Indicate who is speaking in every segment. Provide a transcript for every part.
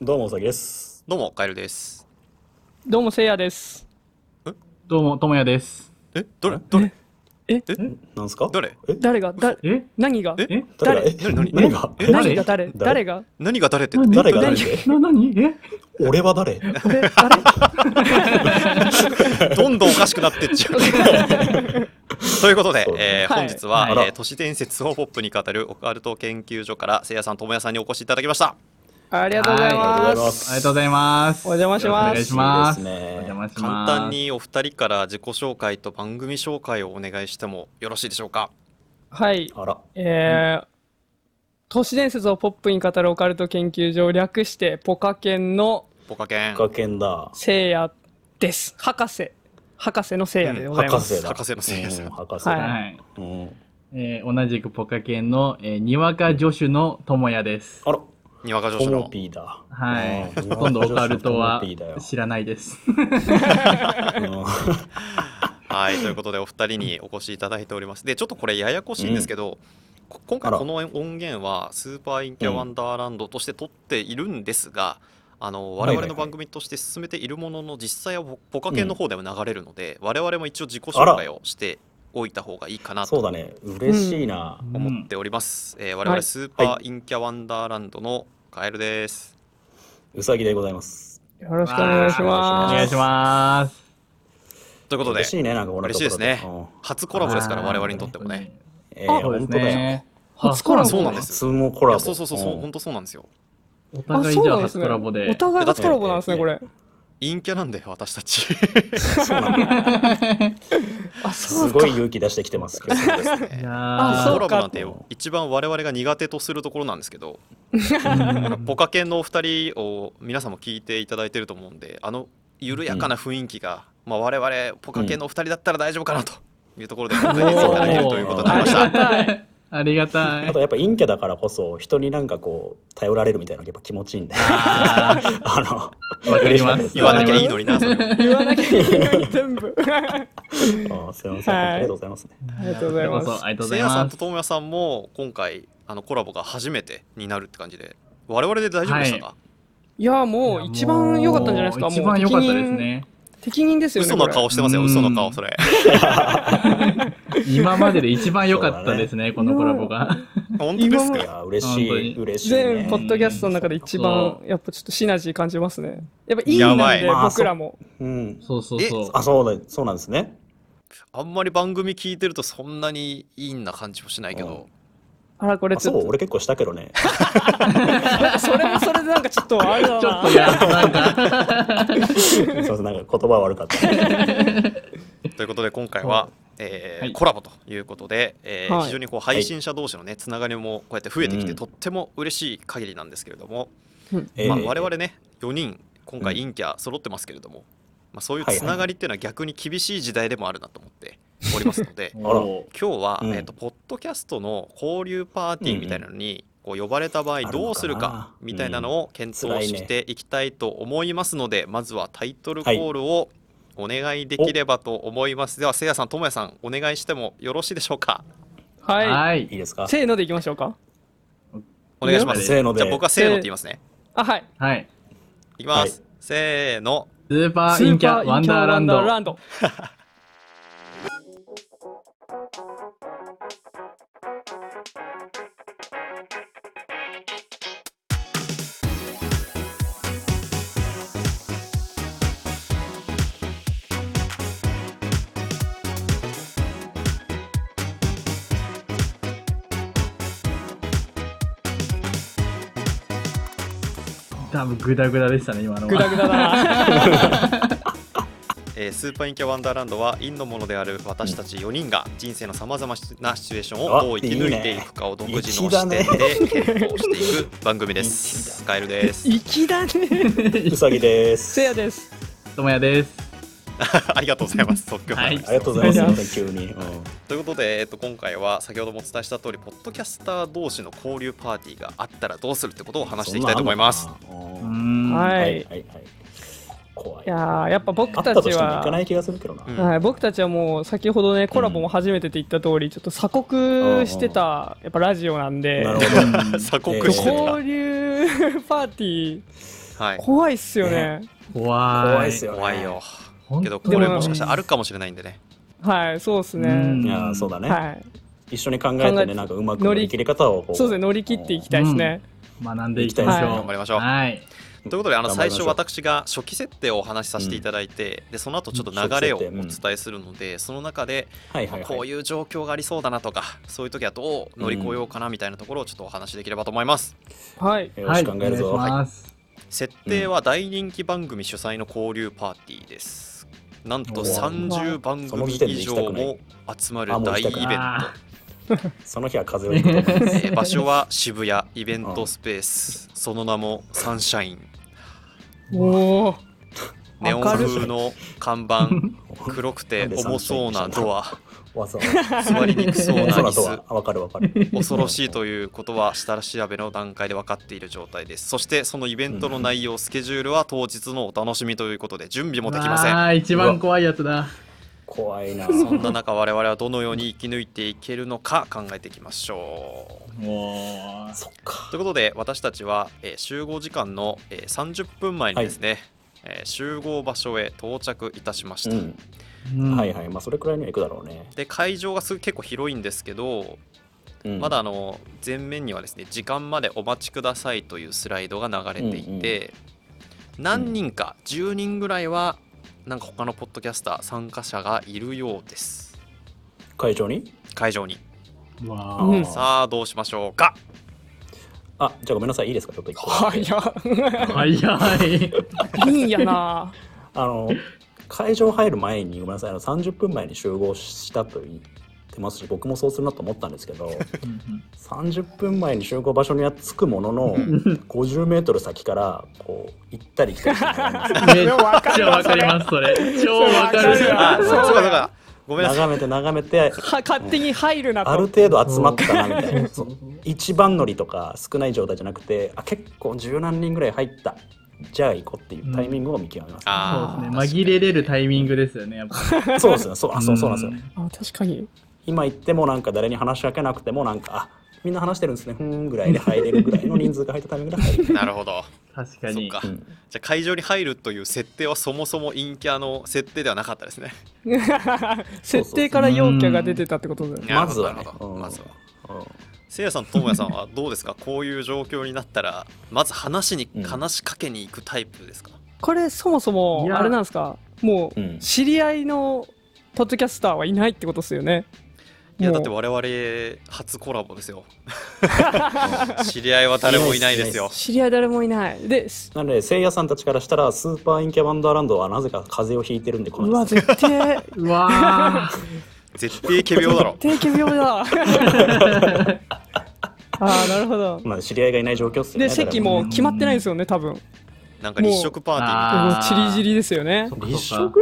Speaker 1: どうもうさぎです。
Speaker 2: どうも、カエルです。
Speaker 3: どうもせいやです。
Speaker 4: どうも、ともやです。
Speaker 2: えどれどれ
Speaker 1: なんすか
Speaker 2: どれ
Speaker 1: え
Speaker 3: 誰がだ
Speaker 4: え
Speaker 3: 何が
Speaker 2: え
Speaker 4: え
Speaker 1: 誰が
Speaker 3: 誰
Speaker 1: え
Speaker 2: 何
Speaker 1: 何
Speaker 2: 何
Speaker 1: が
Speaker 2: え
Speaker 4: 誰
Speaker 3: 何が誰
Speaker 1: 誰
Speaker 3: 誰が
Speaker 2: 何が誰って
Speaker 4: 何
Speaker 1: 誰が誰
Speaker 3: 何
Speaker 1: で
Speaker 4: な、なにえ
Speaker 1: 俺は 誰
Speaker 3: 俺あれ
Speaker 2: どんどんおかしくなってっちゃ う。ということで
Speaker 1: そう、ですね
Speaker 2: えー
Speaker 3: はい
Speaker 2: 本日は、
Speaker 1: あら
Speaker 2: えー都市伝説をポップに語るオカルト研究所からせいやさん、ともやさんにお越しいただきました。
Speaker 3: ありがとうござ
Speaker 1: はい
Speaker 3: い
Speaker 1: ありがとうござい
Speaker 3: ま
Speaker 1: ます
Speaker 3: す。
Speaker 4: ありがとうございます。
Speaker 3: お邪魔します
Speaker 4: お願いします。
Speaker 1: いいですね
Speaker 4: お邪魔します。
Speaker 2: 簡単。にお二人から自己紹介と番組紹介をお願いしてもよろしいでしょうか。
Speaker 3: はい、
Speaker 1: あら。
Speaker 3: えー、都市伝説をポップに語るオカルト研究所略してポカケンの
Speaker 2: ポカケン、
Speaker 1: 岡県だ。
Speaker 3: せいやです。博士博士のせいやでございま
Speaker 1: 博
Speaker 3: す。
Speaker 1: 士だ。
Speaker 2: 博士のせいやさん
Speaker 1: う博士
Speaker 3: は
Speaker 1: だ。
Speaker 4: はい。
Speaker 1: うん
Speaker 4: えー、同じくポカケンの、えー、にわか助手のともやです。
Speaker 1: あら、
Speaker 2: にわか女
Speaker 1: ト
Speaker 2: 子
Speaker 1: モ
Speaker 2: の。
Speaker 1: ピーだ。
Speaker 4: はい。
Speaker 1: うん
Speaker 4: ほとんどオカルトは
Speaker 1: トモピーだよ
Speaker 4: 知らないです。
Speaker 1: うん
Speaker 2: はい、ということで、お二人にお越しいただいております。で、ちょっとこれ、ややこしいんですけど、こ今
Speaker 1: あ
Speaker 2: 回
Speaker 1: ら
Speaker 2: この音源は、スーパーインキャワンダーランドとして撮っているんですが、あの
Speaker 1: はいはいは
Speaker 2: 我
Speaker 1: い
Speaker 2: 々の番組として進めているものの、実際はポポカケンの方でも流れるので、我々も一応自己
Speaker 1: あら
Speaker 2: 紹介をしておいた方がいいかな
Speaker 1: そう
Speaker 2: と
Speaker 1: だね。嬉しいな。
Speaker 2: 思っております。えー我
Speaker 3: は
Speaker 2: 々、
Speaker 3: い
Speaker 2: スーパーインキャワンダーランドのカエルです。
Speaker 1: うさぎでございます。
Speaker 3: よろしくお願いし
Speaker 4: お
Speaker 3: ま
Speaker 4: 願い
Speaker 3: す。
Speaker 4: します。
Speaker 2: ということで
Speaker 1: 嬉、しいね、なんかこんなところ
Speaker 2: 嬉しいですね
Speaker 1: うん
Speaker 2: 初コラボですから、
Speaker 4: あー
Speaker 2: 我々にとってもね。。
Speaker 1: えー、
Speaker 4: そうで
Speaker 1: 本
Speaker 4: す
Speaker 1: 当だよ。
Speaker 4: ね。
Speaker 3: 初コラボ
Speaker 2: そうなんです
Speaker 1: 初のコ
Speaker 2: い
Speaker 1: ラボ。
Speaker 2: やそうそうそう、そうん本当そうなんですよ。
Speaker 4: お
Speaker 3: あ、
Speaker 4: 互い
Speaker 3: そう
Speaker 4: じゃ
Speaker 3: な
Speaker 4: あ
Speaker 3: んです
Speaker 4: 初
Speaker 3: ね。
Speaker 4: コラボで。
Speaker 3: お互い初コラボなんですね、こ れ。
Speaker 2: インキャなんで、私たち。
Speaker 3: あ、そ
Speaker 1: す
Speaker 3: うか
Speaker 1: ごい。勇気出してきてますけど。
Speaker 4: いやー
Speaker 3: あそ
Speaker 2: コ
Speaker 3: う
Speaker 2: ラボ
Speaker 3: か
Speaker 2: なんて一番我々が苦手とするところなんですけど、
Speaker 4: うん
Speaker 2: ポカケンのお二人を皆さんも聞いていただいてると思うんで、あの緩やかな雰囲気が、まあ我々ポカケンのお二人だったら大丈夫かなというところで本当にいただけるということになりま
Speaker 3: あり
Speaker 2: し
Speaker 3: が
Speaker 2: た。
Speaker 3: たい。
Speaker 4: ありがた
Speaker 1: あ
Speaker 4: い
Speaker 1: と。やっぱ陰キャだからこそ人になんかこう頼られるみたいなのがやっぱ気持ちいいんで
Speaker 4: あ
Speaker 1: あ
Speaker 4: ーわかります。
Speaker 2: 言わなきゃいいのにな、それも
Speaker 3: 言わなきゃいいのに全部。
Speaker 1: のあすいません、
Speaker 3: はい
Speaker 1: ありがとうございますね
Speaker 3: ありがとうございます
Speaker 4: こちらこそありがと
Speaker 2: せ
Speaker 4: うござ
Speaker 2: い
Speaker 4: い
Speaker 2: やさん
Speaker 4: ま
Speaker 2: と
Speaker 4: す。
Speaker 2: ともやさんも今回あのコラボが初めてになるって感じで、我々で大丈夫でしたか、
Speaker 3: いやもう一番良かったんじゃないですか。
Speaker 4: もう一
Speaker 3: もう
Speaker 4: 番良
Speaker 3: 適
Speaker 4: かった
Speaker 3: 任
Speaker 4: ですね。
Speaker 3: 適任ですよね。
Speaker 2: 嘘の
Speaker 3: こ
Speaker 2: 顔してますよ、
Speaker 4: うん
Speaker 2: 嘘の顔、それ。
Speaker 4: 今までで一番良かったです ね、このコラボが。
Speaker 2: 本当です
Speaker 3: 今
Speaker 1: い
Speaker 2: か
Speaker 1: や嬉
Speaker 4: 本当
Speaker 1: しい
Speaker 4: に
Speaker 1: 嬉し
Speaker 3: れ。
Speaker 1: い、ね
Speaker 3: 全、ポッドキャストの中で一番
Speaker 4: そ
Speaker 3: やっぱちょっとシナジー感じますね。やっぱいいなんで
Speaker 2: や
Speaker 1: ばい
Speaker 3: 僕らも。
Speaker 1: うん
Speaker 4: そうそうそう。
Speaker 1: あそうだそうなんですね
Speaker 2: あんまり番組聞いてるとそんなにいいんな感じもしないけど、
Speaker 3: あらこれ
Speaker 1: あ
Speaker 3: ち
Speaker 1: そ
Speaker 3: ょっ
Speaker 1: う
Speaker 3: と
Speaker 1: 俺結構したけどね
Speaker 3: なんかそれ もそれでなんかちょっとあれだ
Speaker 4: ちょ
Speaker 3: な
Speaker 4: っと。や、なんか、
Speaker 1: すいませんなんか言葉悪か った、
Speaker 2: ということで今回は、えー
Speaker 4: はい
Speaker 2: コラボということで、えー
Speaker 3: はい
Speaker 2: 非常にこう配信者同士のねつながりもこうやって増えてきて、
Speaker 1: うん
Speaker 2: とっても嬉しい限りなんですけれども、
Speaker 1: えー
Speaker 2: まあ、我々ね4人今回
Speaker 1: うん
Speaker 2: 陰キャ揃ってますけれども、まあ、そういう
Speaker 1: はい
Speaker 2: つながりっていうのは逆に厳しい時代でもあるなと思っておりますので
Speaker 1: あら
Speaker 2: 今日は、
Speaker 1: うん
Speaker 2: えー、とポッドキャストの交流パーティーみたいなのに、こう呼ばれた場合どうす
Speaker 1: ある
Speaker 2: る
Speaker 1: のか
Speaker 2: か
Speaker 1: な
Speaker 2: みたいなのを検討していきたいと思いますので、まずはタイトルコ
Speaker 1: はい
Speaker 2: ールをお願いできればと思います、ではせいやさんともやさんお願いしてもよろしいでしょうか
Speaker 3: はい。
Speaker 4: はい
Speaker 1: い。ですか
Speaker 3: せーのでいきましょうか。
Speaker 2: お願いします
Speaker 1: せーので
Speaker 2: じゃあ僕はせーのって言いますね
Speaker 3: あはい。
Speaker 4: はい。
Speaker 2: いきます、
Speaker 1: は
Speaker 2: せーの
Speaker 4: スーパーインキャワンダーラ
Speaker 3: スーパーイ
Speaker 4: ン
Speaker 3: ンキャワンダーラ
Speaker 4: ド。
Speaker 3: ンド。
Speaker 4: 多分グダグダでしたね、今の
Speaker 3: グダ
Speaker 4: は。
Speaker 3: グダだ な。
Speaker 2: えースーパーインキャワンダーランドは陰のものである私たち4人が人生のさまざまなシチュエーションをどう生き抜いていくかを独自の視点で検討していく番組です。カエルです。
Speaker 3: 粋だね。
Speaker 1: うさぎです
Speaker 3: せいやです。
Speaker 4: ともやです。
Speaker 2: ありがとうございます。即興
Speaker 4: はい
Speaker 1: ありがとうございますすいません急に、うん
Speaker 2: ということで、えっと、今回は先ほどもお伝えした通り、ポッドキャスター同士の交流パーティーがあったらどうするってことを話していきたいと思います。
Speaker 1: そんな
Speaker 4: う
Speaker 1: のあんのか
Speaker 4: ー
Speaker 1: なうん
Speaker 4: ん。
Speaker 3: は
Speaker 1: はいい。はいはい怖い
Speaker 3: いやーやっぱ僕
Speaker 1: あったた
Speaker 3: ち
Speaker 1: としても行
Speaker 3: は
Speaker 1: かない気がするけどな、
Speaker 2: うん
Speaker 3: はい、僕たちはもう先ほどねコラボも初めてって言った通り、ちょっと鎖国してたやっぱラジオなんで
Speaker 1: なるほ
Speaker 4: うん
Speaker 2: 鎖国
Speaker 1: うん
Speaker 2: して
Speaker 1: ど
Speaker 2: た
Speaker 3: 交流パーティー
Speaker 2: はい
Speaker 3: 怖いっすよね。
Speaker 4: 怖い。
Speaker 1: 怖いっすよね
Speaker 2: 怖いよ
Speaker 4: 本
Speaker 2: け
Speaker 4: 当
Speaker 2: ど
Speaker 4: に
Speaker 2: これもしかしたらあるかもしれないんでね
Speaker 3: はい、そうですね。
Speaker 4: うん
Speaker 1: いやーそうだね、
Speaker 3: はい。
Speaker 1: 一緒に考えて
Speaker 3: 考えて
Speaker 1: ねなんかうまく乗り切り方をこう
Speaker 3: そうですね、乗り切っていきたいですね。
Speaker 4: 学んでいきたいですよ。
Speaker 3: はい
Speaker 2: 頑張りましょう
Speaker 4: はい。
Speaker 2: ということであの
Speaker 1: 頑張
Speaker 2: 最
Speaker 1: りまし
Speaker 2: 初
Speaker 1: ょう
Speaker 2: 私が初期設定をお話しさせていただいて、でその後ちょっと流れを
Speaker 1: 初
Speaker 2: お
Speaker 1: 期設定うん
Speaker 2: 伝えするので、その中で
Speaker 1: はいはい
Speaker 2: こ
Speaker 1: は
Speaker 2: う
Speaker 1: い
Speaker 2: いう状況がありそうだなとかそういう時はどう乗り越えようかなみたいなところをちょっとお話しできればと思います、
Speaker 3: はい。
Speaker 1: よろ
Speaker 4: は
Speaker 1: し
Speaker 4: い。
Speaker 1: く
Speaker 4: お
Speaker 1: 考
Speaker 4: 願
Speaker 1: え
Speaker 4: い
Speaker 1: る
Speaker 4: し
Speaker 1: ぞ、
Speaker 4: ます。
Speaker 2: 設定は大人気番組主催の交流パーティーですなんと
Speaker 1: うわ
Speaker 2: 30番
Speaker 1: その
Speaker 2: 組
Speaker 1: 時点
Speaker 2: 以
Speaker 1: で行き
Speaker 2: 上
Speaker 1: たくない
Speaker 2: も集まる
Speaker 1: あもう行
Speaker 2: 大イ
Speaker 1: きた
Speaker 2: ベン
Speaker 1: く
Speaker 2: ト
Speaker 1: ない、
Speaker 4: あ
Speaker 1: その日は風邪をひくと思います
Speaker 2: えー場所は渋谷イベントスペースその名もサンシャイン
Speaker 3: おお。
Speaker 2: ネオン
Speaker 3: 明るい
Speaker 2: 風の看板黒くて重そうなドア
Speaker 1: わざわざ
Speaker 2: 座りにくそうな 椅
Speaker 1: そうな
Speaker 2: 子
Speaker 1: とはわかるわかる
Speaker 2: 恐ろしいということは下調べの段階で分かっている状態ですそしてそのイベントの内容、スケジュールは当日のお楽しみということで準備もできません
Speaker 4: あ、一番怖いやつだ。
Speaker 1: 怖いな
Speaker 2: そんな中我々はどのように生き抜いていけるのか考えていきましょう
Speaker 4: もう。
Speaker 1: そっか
Speaker 2: ということで私たちは、えー集合時間の、えー30分前にですね、えー集合場所へ到着いたしまし
Speaker 1: う
Speaker 2: た、
Speaker 1: ん
Speaker 4: うん
Speaker 1: はいはいまあそれくらいにはいくだろうね
Speaker 2: で会場がすぐ結構広いんですけど、
Speaker 1: うん
Speaker 2: まだあの前面にはですね時間までお待ちくださいというスライドが流れていて、何人か10人ぐらいはなんか他のポッドキャスター参加者がいるようです
Speaker 1: 会場に
Speaker 2: 会場に
Speaker 4: わ
Speaker 1: う
Speaker 4: ー
Speaker 1: ん
Speaker 2: さあどうしましょうか
Speaker 1: あじゃあごめんなさいいいですかちょっと一個
Speaker 3: はいや。
Speaker 4: 早い。
Speaker 3: いいんやな。
Speaker 1: あの会場入る前にごめんなさいあの30分前に集合したと言ってますし僕もそうするなと思ったんですけど30分前に集合場所には着くものの50メートル先からこう行ったり来たりしながら
Speaker 4: めっちゃわかります、それ。超わか
Speaker 3: それ
Speaker 4: る。
Speaker 3: わ
Speaker 2: あ
Speaker 3: か
Speaker 2: そう
Speaker 3: る
Speaker 2: かそうかごめんなさい
Speaker 1: 眺めて眺めて
Speaker 3: は勝手に入るな
Speaker 1: ある
Speaker 3: と。
Speaker 1: 程度集まったなみたいなそう一番乗りとか少ない状態じゃなくてあ結構十何人ぐらい入ったじゃあ行こうっていうタイミングを見極めます、
Speaker 2: あ
Speaker 4: そうですね紛れれるタイミングですよね、やっぱ。
Speaker 1: そうですねそうあそうそうなんですよ、
Speaker 4: うん
Speaker 3: あ、確かに。
Speaker 1: 今行ってもなんか誰に話しかけなくてもなんかあみんな話してるんですねふーんぐらいで入れるぐらいの人数が入ったタイミングで入る
Speaker 2: なるほど
Speaker 4: 確
Speaker 2: そっ
Speaker 4: かに。
Speaker 2: か、
Speaker 1: ん
Speaker 2: じゃあ会場に入るという設定はそもそも陰キャの設定ではなかったですね
Speaker 3: 設定から陽キャが出てたってことだよね。
Speaker 1: まずは
Speaker 2: な
Speaker 1: ね
Speaker 2: るほど
Speaker 1: うん
Speaker 2: まずは
Speaker 1: うん
Speaker 2: せいやさんともやさんはどうですかこういう状況になったらまず話に話しかけに行くタイプですか、
Speaker 3: これそもそも
Speaker 4: いや
Speaker 3: あれなんですか。も
Speaker 1: う
Speaker 3: うん知り合いのポッドキャスターはいないってことですよね。
Speaker 2: いや
Speaker 3: も
Speaker 2: だ
Speaker 3: う
Speaker 2: って我々初コラボ ですよ知り合いは誰もいないです よ
Speaker 3: 知り合い誰もいない。で、す
Speaker 1: なのでせいやさんたちからしたらスーパーインキャワンダーランドはなぜか風邪をひいてるんでこ
Speaker 3: う
Speaker 1: の
Speaker 3: わ
Speaker 1: 人
Speaker 3: 絶対
Speaker 4: うわー
Speaker 2: 絶対仮病だろ
Speaker 3: 定期病だ。ああなるほど。
Speaker 1: まあ知り合いがいない状況っすよね
Speaker 3: で席も決まってないですよね多分。も
Speaker 2: なんか日食パーティーみ
Speaker 4: あー
Speaker 3: うチリジリですよね
Speaker 4: そ。っかそ
Speaker 1: 立
Speaker 4: っか
Speaker 1: 食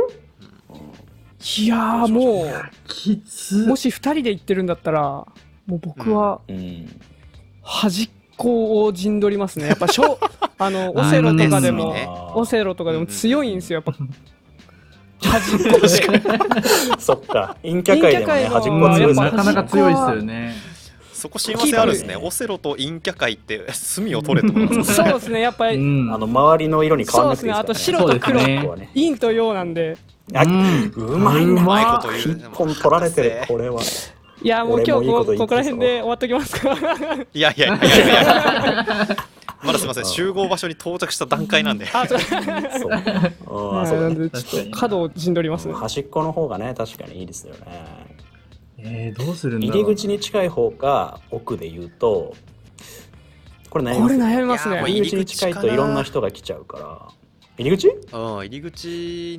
Speaker 3: いやーも
Speaker 4: きつ
Speaker 3: うもし二人で行ってるんだったらもう僕は
Speaker 1: うん
Speaker 3: 端っこを陣取りますね。やっぱしょあのオセロとかでも
Speaker 2: あーネズミね
Speaker 3: オセロとかでも強いんですよやっぱ端っこ。
Speaker 1: そっか陰キャ界でもね
Speaker 3: 陰キャ界の
Speaker 1: 端っこ強いです
Speaker 4: な
Speaker 1: ね
Speaker 4: かなか強いですよね。
Speaker 2: そこ親和性あるんですねオセロと陰キャ界って隅を取れと思います
Speaker 3: そうですねやっぱり
Speaker 4: ん
Speaker 1: あの周りの色に変わんなくていいですから
Speaker 3: そう
Speaker 1: ね
Speaker 3: ですねあと白と黒
Speaker 4: そうです
Speaker 1: ここは
Speaker 4: ね
Speaker 1: ね
Speaker 3: 陰と陽なんで。
Speaker 1: あ
Speaker 4: うん
Speaker 1: うまいうな
Speaker 4: まいう
Speaker 2: まいこと言う
Speaker 1: 一本取られてるこれはい
Speaker 3: やもう
Speaker 1: 俺
Speaker 3: 今
Speaker 1: も
Speaker 3: 日
Speaker 1: いいこ
Speaker 3: こと
Speaker 1: 言って
Speaker 3: ここら辺で終わっときますか。
Speaker 2: いやい やいやいやいやまだすいません集合場所に到着した段階なんで
Speaker 3: あ、そう。
Speaker 1: そううんあそうだ
Speaker 3: なん
Speaker 1: ね
Speaker 3: でちょっと角を陣取りますね。
Speaker 1: 端っこの方がね確かにいいですよね
Speaker 4: えー、どうするんだ
Speaker 1: 入
Speaker 4: ろう
Speaker 1: り口に近い方か奥で言うとこれ悩み
Speaker 3: こ
Speaker 1: ま
Speaker 3: れ
Speaker 1: す
Speaker 3: 悩みます
Speaker 2: いやーもう
Speaker 3: ね。
Speaker 1: 入り口に近いといろんな人が来ちゃうから入り口
Speaker 2: うん入り口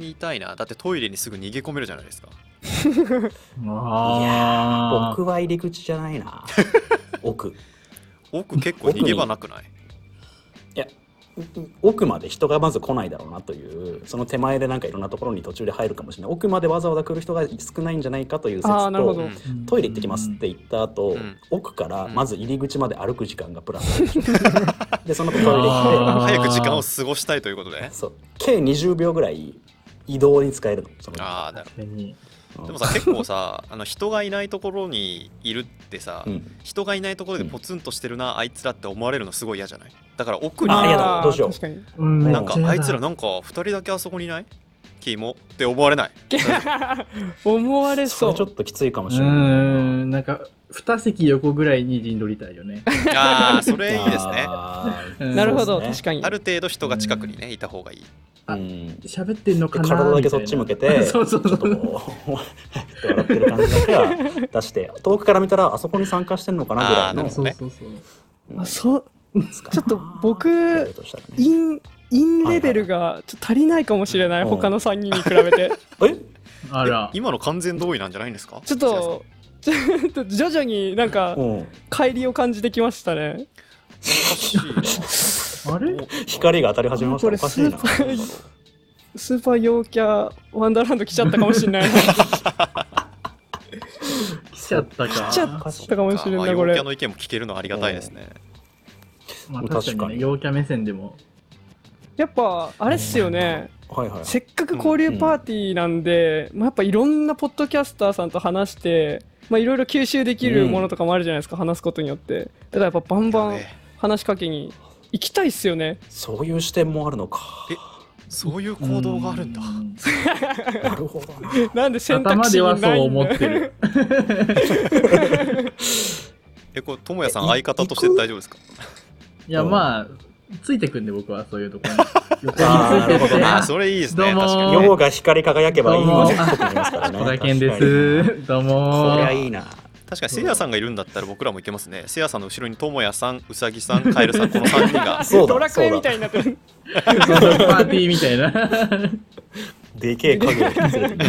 Speaker 2: にいたいなだってトイレにすぐ逃げ込めるじゃないですか
Speaker 4: あー
Speaker 1: 僕は入り口じゃない な奥い
Speaker 2: 奥結構逃げ場なくない
Speaker 1: や奥まで人がまず来ないだろうなというその手前でなんかいろんなところに途中で入るかもしれない奥までわざわざ来る人が少ないんじゃないかという説
Speaker 3: ああ、なるほ
Speaker 1: と
Speaker 3: ど。
Speaker 1: トイレ行ってきますって言った後、
Speaker 2: うん
Speaker 1: 奥から
Speaker 2: うん
Speaker 1: まず入り口まで歩く時間がプラスでその後トイレ行っ
Speaker 4: あー
Speaker 2: 早く時間を過ごしたいということで
Speaker 1: てそう計20秒ぐらい移動に使えるのその
Speaker 2: ああなる
Speaker 4: 確かに
Speaker 2: でもさ結構さあの人がいないところにいるってさ、
Speaker 1: うん、
Speaker 2: 人がいないところでポツンとしてるな、あいつらって思われるのすごい嫌じゃないだから奥に
Speaker 1: あー嫌だ
Speaker 3: ー
Speaker 1: どうしよう
Speaker 3: 確かに。
Speaker 4: うん
Speaker 1: う
Speaker 2: なんか
Speaker 4: めっちゃ
Speaker 2: あ
Speaker 4: 嫌
Speaker 2: い
Speaker 4: だ
Speaker 2: つらなんか2人だけあそこにいないキモって思われない
Speaker 3: 思われ
Speaker 1: そ
Speaker 3: そう。
Speaker 1: れちょっときついかも
Speaker 4: う
Speaker 1: しれない。
Speaker 4: ーんなんか2席横ぐらいに陣取りたいよ ね
Speaker 2: ああそれいいですね
Speaker 1: あー
Speaker 3: なるほ
Speaker 1: そ
Speaker 3: ど、
Speaker 1: うです
Speaker 3: 確
Speaker 1: ね
Speaker 3: かに。
Speaker 2: ある程度人が近くにねいた方がいい
Speaker 1: うん
Speaker 4: 喋ってんのかな
Speaker 1: 体だけそっち向け
Speaker 4: みたい
Speaker 1: て、
Speaker 4: な
Speaker 1: ち
Speaker 4: そ
Speaker 1: ょ
Speaker 4: う
Speaker 1: っ
Speaker 4: そ
Speaker 1: と
Speaker 4: うそう
Speaker 1: こう、笑ってる感じだけは出して、遠くから見たら、あそこに参加してんのかなぐらい
Speaker 2: あーなる
Speaker 1: の
Speaker 2: ほど
Speaker 4: そうそうそう
Speaker 1: うん
Speaker 3: あそう
Speaker 1: 使い
Speaker 3: ちょっと僕
Speaker 1: やるとしたらね
Speaker 3: インインレベルがちょっと足りないかもしれない、
Speaker 1: うん
Speaker 3: 他の3人に比 べて
Speaker 1: え
Speaker 4: あら
Speaker 2: 今の完全同意なんじゃないんですか
Speaker 3: ちょっとちょっと徐々になんか
Speaker 1: うん、
Speaker 3: 乖離を感じてきましたね
Speaker 2: 土屋さんおかしいな
Speaker 4: あれ
Speaker 1: 光が当たり始めました。
Speaker 3: こ
Speaker 1: お
Speaker 3: れ
Speaker 1: かしいな
Speaker 3: スー。パースーパー陽キャワンダーランド来ちゃったかもしれ ない来
Speaker 4: 来ちゃったか
Speaker 1: 来
Speaker 3: ちゃったかもしれ
Speaker 2: まあ
Speaker 3: ないこ
Speaker 2: 陽キャ
Speaker 3: れ
Speaker 2: の意見も聞けるのはありがたいですね。
Speaker 4: まあ、確
Speaker 1: 確か
Speaker 4: かに、ね、
Speaker 1: に
Speaker 4: 陽キャ目線でも
Speaker 3: やっぱあれっすよね
Speaker 1: はいはい。
Speaker 3: せっかく交流パーティーなんで、まあ、やっぱいろんなポッドキャスターさんと話してまあいろいろ吸収できるものとかもあるじゃないですか、話すことによってだからやっぱバンバン
Speaker 2: ね
Speaker 3: 話しかけに行きたいっすよね
Speaker 1: そういう視点もあるのか。
Speaker 2: そういう行動があるんだ。
Speaker 1: なるほどな。
Speaker 3: なんで選択
Speaker 4: 頭
Speaker 3: 肢
Speaker 4: では
Speaker 3: に
Speaker 4: そ
Speaker 3: ないんだ
Speaker 4: う思っ てる
Speaker 2: え、これ、ともやさん
Speaker 1: え
Speaker 2: 相方として大丈夫ですか
Speaker 4: いや
Speaker 1: うん
Speaker 4: まあついてくんで僕はそういうところに横
Speaker 1: あーなる
Speaker 4: に
Speaker 1: ほど
Speaker 4: ついてて
Speaker 1: ね
Speaker 2: あ
Speaker 4: あ
Speaker 2: ー、それいいですね。
Speaker 4: どうも
Speaker 2: 確かに。
Speaker 1: 世が光り輝けばいいのに
Speaker 4: どうも
Speaker 1: ことになりますからね。
Speaker 4: 小田健で
Speaker 1: 確かに。
Speaker 4: すど
Speaker 1: こ
Speaker 4: うも
Speaker 1: りゃいいな。
Speaker 2: 確かに、せいやさんがいるんだったら僕らもいけますね。せいやさんの後ろにともやさん、うさぎさん、カエルさん、この3人が。
Speaker 1: そうだ
Speaker 3: ドラクエみたいになってる
Speaker 4: そうそうパーティーみたいな
Speaker 1: でけえ影を引き連れてきま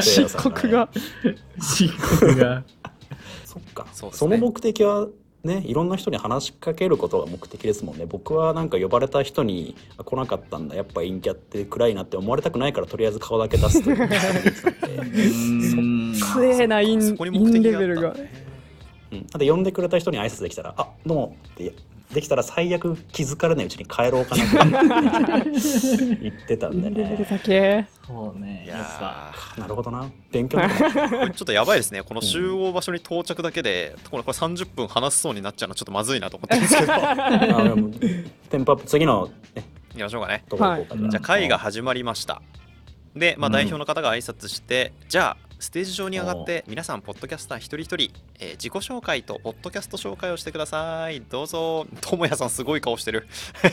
Speaker 1: す
Speaker 3: 漆黒が。
Speaker 4: 漆黒が
Speaker 1: そっか。
Speaker 2: そうですね
Speaker 1: その目的はね、いろんな人に話しかけることが目的ですもんね。僕はなんか呼ばれた人にあ来なかったんだ、やっぱ陰キャって暗いなって思われたくないからとりあえず顔だけ出すという
Speaker 4: うーん
Speaker 3: 強えなイン
Speaker 2: そこに
Speaker 3: イ
Speaker 2: 目
Speaker 3: ン
Speaker 2: 的
Speaker 3: レ
Speaker 2: があ
Speaker 3: ベ
Speaker 2: っ
Speaker 3: ル
Speaker 2: た
Speaker 3: が
Speaker 2: んだね。
Speaker 1: うん、なんで呼んでくれた人に挨拶できたら「あどうも」ってできたら最悪気づかれないうちに帰ろうかなって言ってた
Speaker 3: イ
Speaker 1: んで
Speaker 3: ンレベル
Speaker 1: ね
Speaker 3: だけ
Speaker 4: そうね
Speaker 2: い
Speaker 4: やっぱ
Speaker 2: や
Speaker 1: なるほどな勉強になる
Speaker 2: ーこれちょっとやばいですね。この集合場所に到着だけで、これこれ30分話しそうになっちゃうのちょっとまずいなと思ってるん ですけど。や
Speaker 1: あでもテンポアップ次の、ね、
Speaker 2: りましょうかね。
Speaker 1: とこ行こうか、
Speaker 4: はい
Speaker 2: じゃあ会が始まりました。で、まあ、
Speaker 1: うん
Speaker 2: 代表の方が挨拶して、じゃあステージ上に上がって皆さんポッドキャスター一人一人、えー自己紹介とポッドキャスト紹介をしてくださいどうぞともやさんすごい顔してる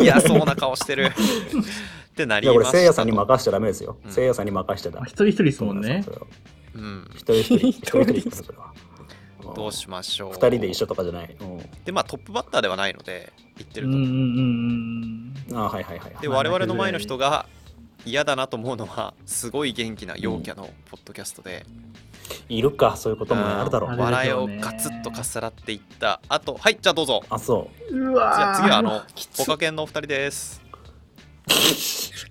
Speaker 2: 嫌そうな顔してるってないり
Speaker 1: や
Speaker 2: ま
Speaker 1: 俺
Speaker 2: した
Speaker 1: せいやさんに任せちゃダメですよ
Speaker 2: うん
Speaker 1: せいやさんに任せてた
Speaker 4: まあ一人一人ですもんね
Speaker 1: それは
Speaker 2: うん、
Speaker 1: 一人一人一人一人それは
Speaker 2: どうしましょう
Speaker 1: 二人で一緒とかじゃない、
Speaker 2: でまあトップバッターではないので言って
Speaker 4: う
Speaker 2: る
Speaker 4: ん
Speaker 2: と、
Speaker 4: うんうん
Speaker 1: うん、あはいはいはいはい
Speaker 2: で
Speaker 4: まあ
Speaker 2: 我々の前の人が嫌だなと思うのはすごい元気な陽キャのポッドキャストで、
Speaker 1: いるかそういうこともあるだろう、
Speaker 4: うん
Speaker 1: あ
Speaker 2: 笑いをガツッとかっさらっていったあとはいじゃあどうぞ
Speaker 1: そう
Speaker 2: じ
Speaker 4: わ
Speaker 2: ゃあ次はあの
Speaker 3: きつ
Speaker 2: おかけんのお二人です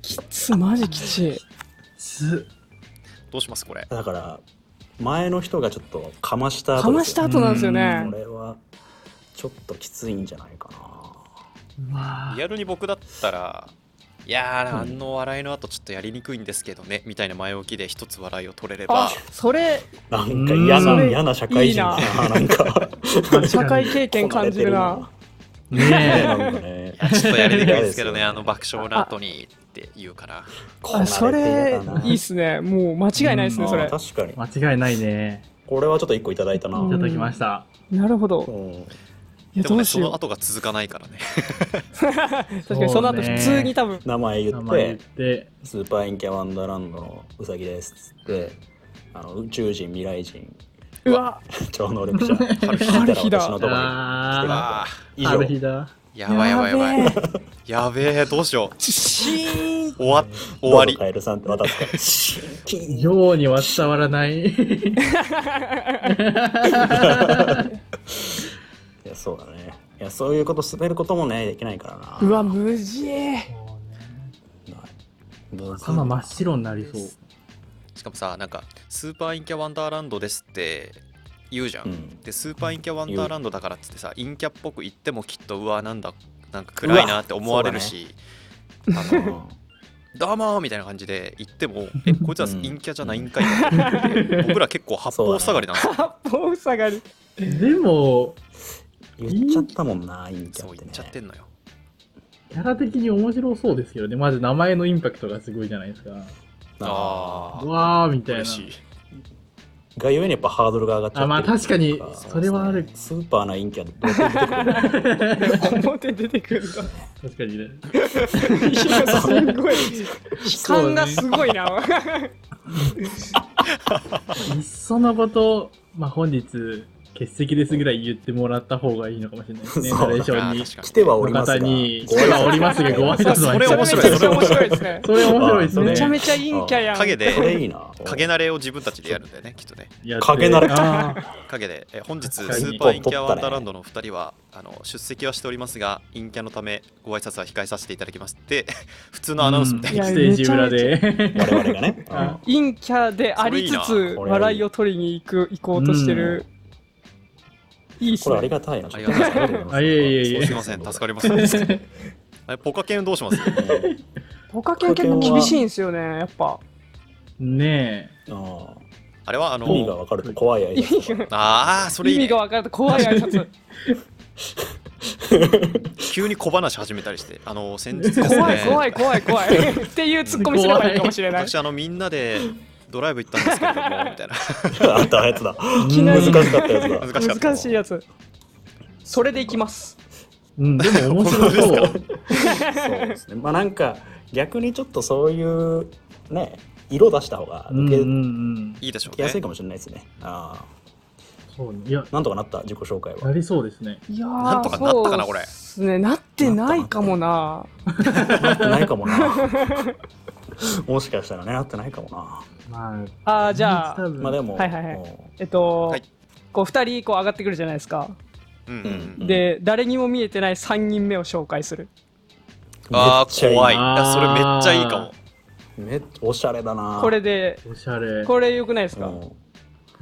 Speaker 3: きつマジきちい
Speaker 4: す
Speaker 2: どうしますこれ
Speaker 1: うだから前の人がちょっとかました
Speaker 3: か
Speaker 1: 後
Speaker 3: ま
Speaker 1: で
Speaker 3: し
Speaker 1: すよね
Speaker 3: た後なんですよね
Speaker 1: これはちょっときついんじゃないか
Speaker 4: うわ
Speaker 2: リアルに僕だったらいやー
Speaker 1: うん
Speaker 2: あの笑いの後ちょっとやりにくいんですけどねみたいな前置きで一つ笑いを取れれ
Speaker 3: あ
Speaker 2: ば
Speaker 3: それ
Speaker 1: な。なんか嫌
Speaker 4: う
Speaker 1: な
Speaker 4: ーん
Speaker 1: 嫌な社会人だななんか
Speaker 3: 社会経験感じ るな。
Speaker 1: ねえな
Speaker 4: ね
Speaker 1: んかね
Speaker 2: い。やちょっとやりにくいんですけどね
Speaker 1: 嫌
Speaker 2: あ
Speaker 1: ですよね
Speaker 2: の爆笑の後にって言うから
Speaker 1: こ
Speaker 3: あそれいいっ
Speaker 1: す
Speaker 3: すねもう間違いないですねそれ
Speaker 1: 確かに。
Speaker 4: え間違いないね
Speaker 1: これはちょっと一個いただいたな。
Speaker 3: う
Speaker 4: い
Speaker 3: ん
Speaker 4: ただきました
Speaker 3: なるほ
Speaker 1: う
Speaker 3: ど
Speaker 1: ん
Speaker 3: いや
Speaker 2: でも
Speaker 3: ど
Speaker 2: ね
Speaker 3: う
Speaker 2: そ
Speaker 3: し
Speaker 2: の
Speaker 3: よ
Speaker 2: 後が続かないからね
Speaker 3: う 確かにその後
Speaker 4: そう
Speaker 3: 普
Speaker 4: ね
Speaker 3: 通に多分
Speaker 1: 名前言
Speaker 4: 名
Speaker 1: っ
Speaker 4: 前言
Speaker 1: て
Speaker 4: っ、て
Speaker 1: スーパーインキャワンダーランドのウサギですっつって、あの宇宙人、未来人、
Speaker 3: うわ
Speaker 1: 超能力者、
Speaker 2: 春日
Speaker 1: ハルヒ
Speaker 3: だ
Speaker 1: 私のとこ
Speaker 2: う
Speaker 4: あ
Speaker 2: わ
Speaker 1: に。以
Speaker 4: あある日
Speaker 1: 上。
Speaker 2: ー
Speaker 4: だ
Speaker 2: やばいやばいやばい
Speaker 3: べえ
Speaker 2: やべえどうしよう
Speaker 3: シーン
Speaker 2: 終わ終わ
Speaker 1: どう
Speaker 2: り
Speaker 1: ぞカエルさんって渡すから。
Speaker 4: ようには伝わらない。
Speaker 1: いや、そうだね。いや、そういうこと滑ることもね、できないからな。
Speaker 3: うわ無事え
Speaker 1: どうぞ
Speaker 4: 頭真っ白になりそう。
Speaker 2: しかもさなんか「スーパーインキャワンダーランドです」って言うじゃん、
Speaker 1: うん
Speaker 2: でスーパーインキャワンダーランドだからっつってさ陰キャっぽく言ってもきっとうわなんだなんか暗いなって思われるし、あ
Speaker 1: う
Speaker 2: の
Speaker 1: ん
Speaker 2: どうもーみたいな感じで言っても、え、こいつは陰キャじゃないんかいな僕ら結構八方下がりなんですよ。
Speaker 3: 八方塞がり。
Speaker 4: でも、
Speaker 1: 言っちゃったもんな、陰キャ
Speaker 2: そう
Speaker 1: って
Speaker 2: 言
Speaker 1: ね
Speaker 2: っ。ちゃってんのよ。
Speaker 4: キャラ的に面白そうですよね。まず名前のインパクトがすごいじゃないですか。
Speaker 2: ああ、
Speaker 4: わーみたいな
Speaker 2: 嬉。しい。
Speaker 1: がゆえにやっぱハードルが上がっちゃって
Speaker 4: あ、まあ確かに
Speaker 1: そうで、すね
Speaker 4: それはある。
Speaker 1: スーパーな陰キャどうやって出てくるの
Speaker 3: 表出てくるんだ。
Speaker 4: 確かにね。
Speaker 3: いやすごい。悲観がすごいな。
Speaker 4: いっそのこと、まあ本日、欠席ですぐらい言ってもらった方がいいのかもしれないですね。
Speaker 1: そう
Speaker 4: ナレーショ
Speaker 2: あ
Speaker 4: ンに
Speaker 2: ー。確
Speaker 1: 来
Speaker 2: か
Speaker 1: て
Speaker 2: に。
Speaker 1: はおりますが
Speaker 4: 方に、
Speaker 1: ご
Speaker 4: 声
Speaker 1: 挨拶
Speaker 4: はおります が、ご挨拶
Speaker 2: それ面白い
Speaker 3: めちゃめちゃ面白いですね。
Speaker 4: それ面白いですね。
Speaker 3: めちゃめちゃ陰キャやん。
Speaker 2: 影
Speaker 1: これ
Speaker 2: で、
Speaker 1: いいな。
Speaker 2: 影慣れを自分たちでやるんだよね、きっとね。
Speaker 4: やって
Speaker 1: 影慣れ
Speaker 4: あ ー
Speaker 2: 陰で、え本日、ス
Speaker 4: 確か
Speaker 2: ー
Speaker 4: に
Speaker 2: パーインキャワンダーランドのお二人は、あの出席はしておりますが、陰キャのため、ご挨拶は控えさせていただきますって、 普通のアナウンスみたい
Speaker 3: いや
Speaker 2: な。
Speaker 4: ステージ裏で。
Speaker 1: 我々がね。うん
Speaker 4: あ
Speaker 3: 陰キャでありつ
Speaker 2: それ
Speaker 3: つ
Speaker 1: な
Speaker 3: 笑いを取りに行く行こうとしてる。いいっす
Speaker 1: これあ
Speaker 3: ね
Speaker 1: り。がたいな。ちょっ
Speaker 2: ありがとうござい
Speaker 4: ますあいえいえいえ
Speaker 2: すい ません、助かります。あれポカケンどうします
Speaker 1: り
Speaker 3: 他県結構厳しいんですよね。やっぱ。
Speaker 4: ね
Speaker 1: ま
Speaker 2: あれは、あの、
Speaker 1: 意味が分かると怖い
Speaker 3: 意
Speaker 1: 挨拶
Speaker 3: 味が
Speaker 2: ああ、それい
Speaker 3: 意
Speaker 2: いね
Speaker 3: 味が分かると怖い挨拶。
Speaker 2: 急に小話始めたりして、あの先日ですね、
Speaker 3: 怖い怖い怖い怖い。 っていう突っ込みすればいいかもしれない。
Speaker 2: 私あのみんなでドライブ行ったんですけれどもみたいな
Speaker 1: あったやつだ。
Speaker 4: え。
Speaker 3: きな
Speaker 1: 難
Speaker 3: り
Speaker 1: しかったやつだ。
Speaker 2: 難しかった。
Speaker 3: 難しいやつ。それでいきます。
Speaker 4: うん、でも
Speaker 2: 本
Speaker 4: 面白
Speaker 2: 当で
Speaker 4: そう。
Speaker 1: そうですね。まあなんか逆にちょっとそういうね色出した方が
Speaker 4: うん
Speaker 1: 受
Speaker 4: う
Speaker 1: け
Speaker 4: んう
Speaker 1: 受
Speaker 4: ん。
Speaker 2: いいでしょう
Speaker 1: け
Speaker 2: ね
Speaker 1: やす。いかもしれないですね。ああ
Speaker 4: そうね。いや、
Speaker 1: なんとかなった自己紹介
Speaker 4: な
Speaker 1: は。
Speaker 4: りそうですね。
Speaker 3: いや
Speaker 2: なんとかなったかなこれ
Speaker 3: すね、なってないかもな。
Speaker 1: なってないかもな。 もしかしたらねなってないかもな。
Speaker 4: ま
Speaker 3: あ
Speaker 4: あ、
Speaker 3: あ、じゃ
Speaker 4: 多
Speaker 3: あ、
Speaker 4: 分
Speaker 1: まあでも。
Speaker 3: はいはいはい
Speaker 1: もう
Speaker 3: えっと、
Speaker 2: はい
Speaker 3: こう2人こう上がってくるじゃないですか。
Speaker 2: うんうんうん、
Speaker 3: で、誰にも見えてない3人目を紹介する。
Speaker 2: あ
Speaker 1: めっ
Speaker 2: あ
Speaker 1: ちゃいい
Speaker 2: 怖い。いやそれめっちゃいいかも。
Speaker 1: めっちゃおしゃれだな。
Speaker 3: これで、
Speaker 4: おしゃれ。
Speaker 3: これよくないです
Speaker 1: う
Speaker 3: か、
Speaker 1: ん。
Speaker 4: お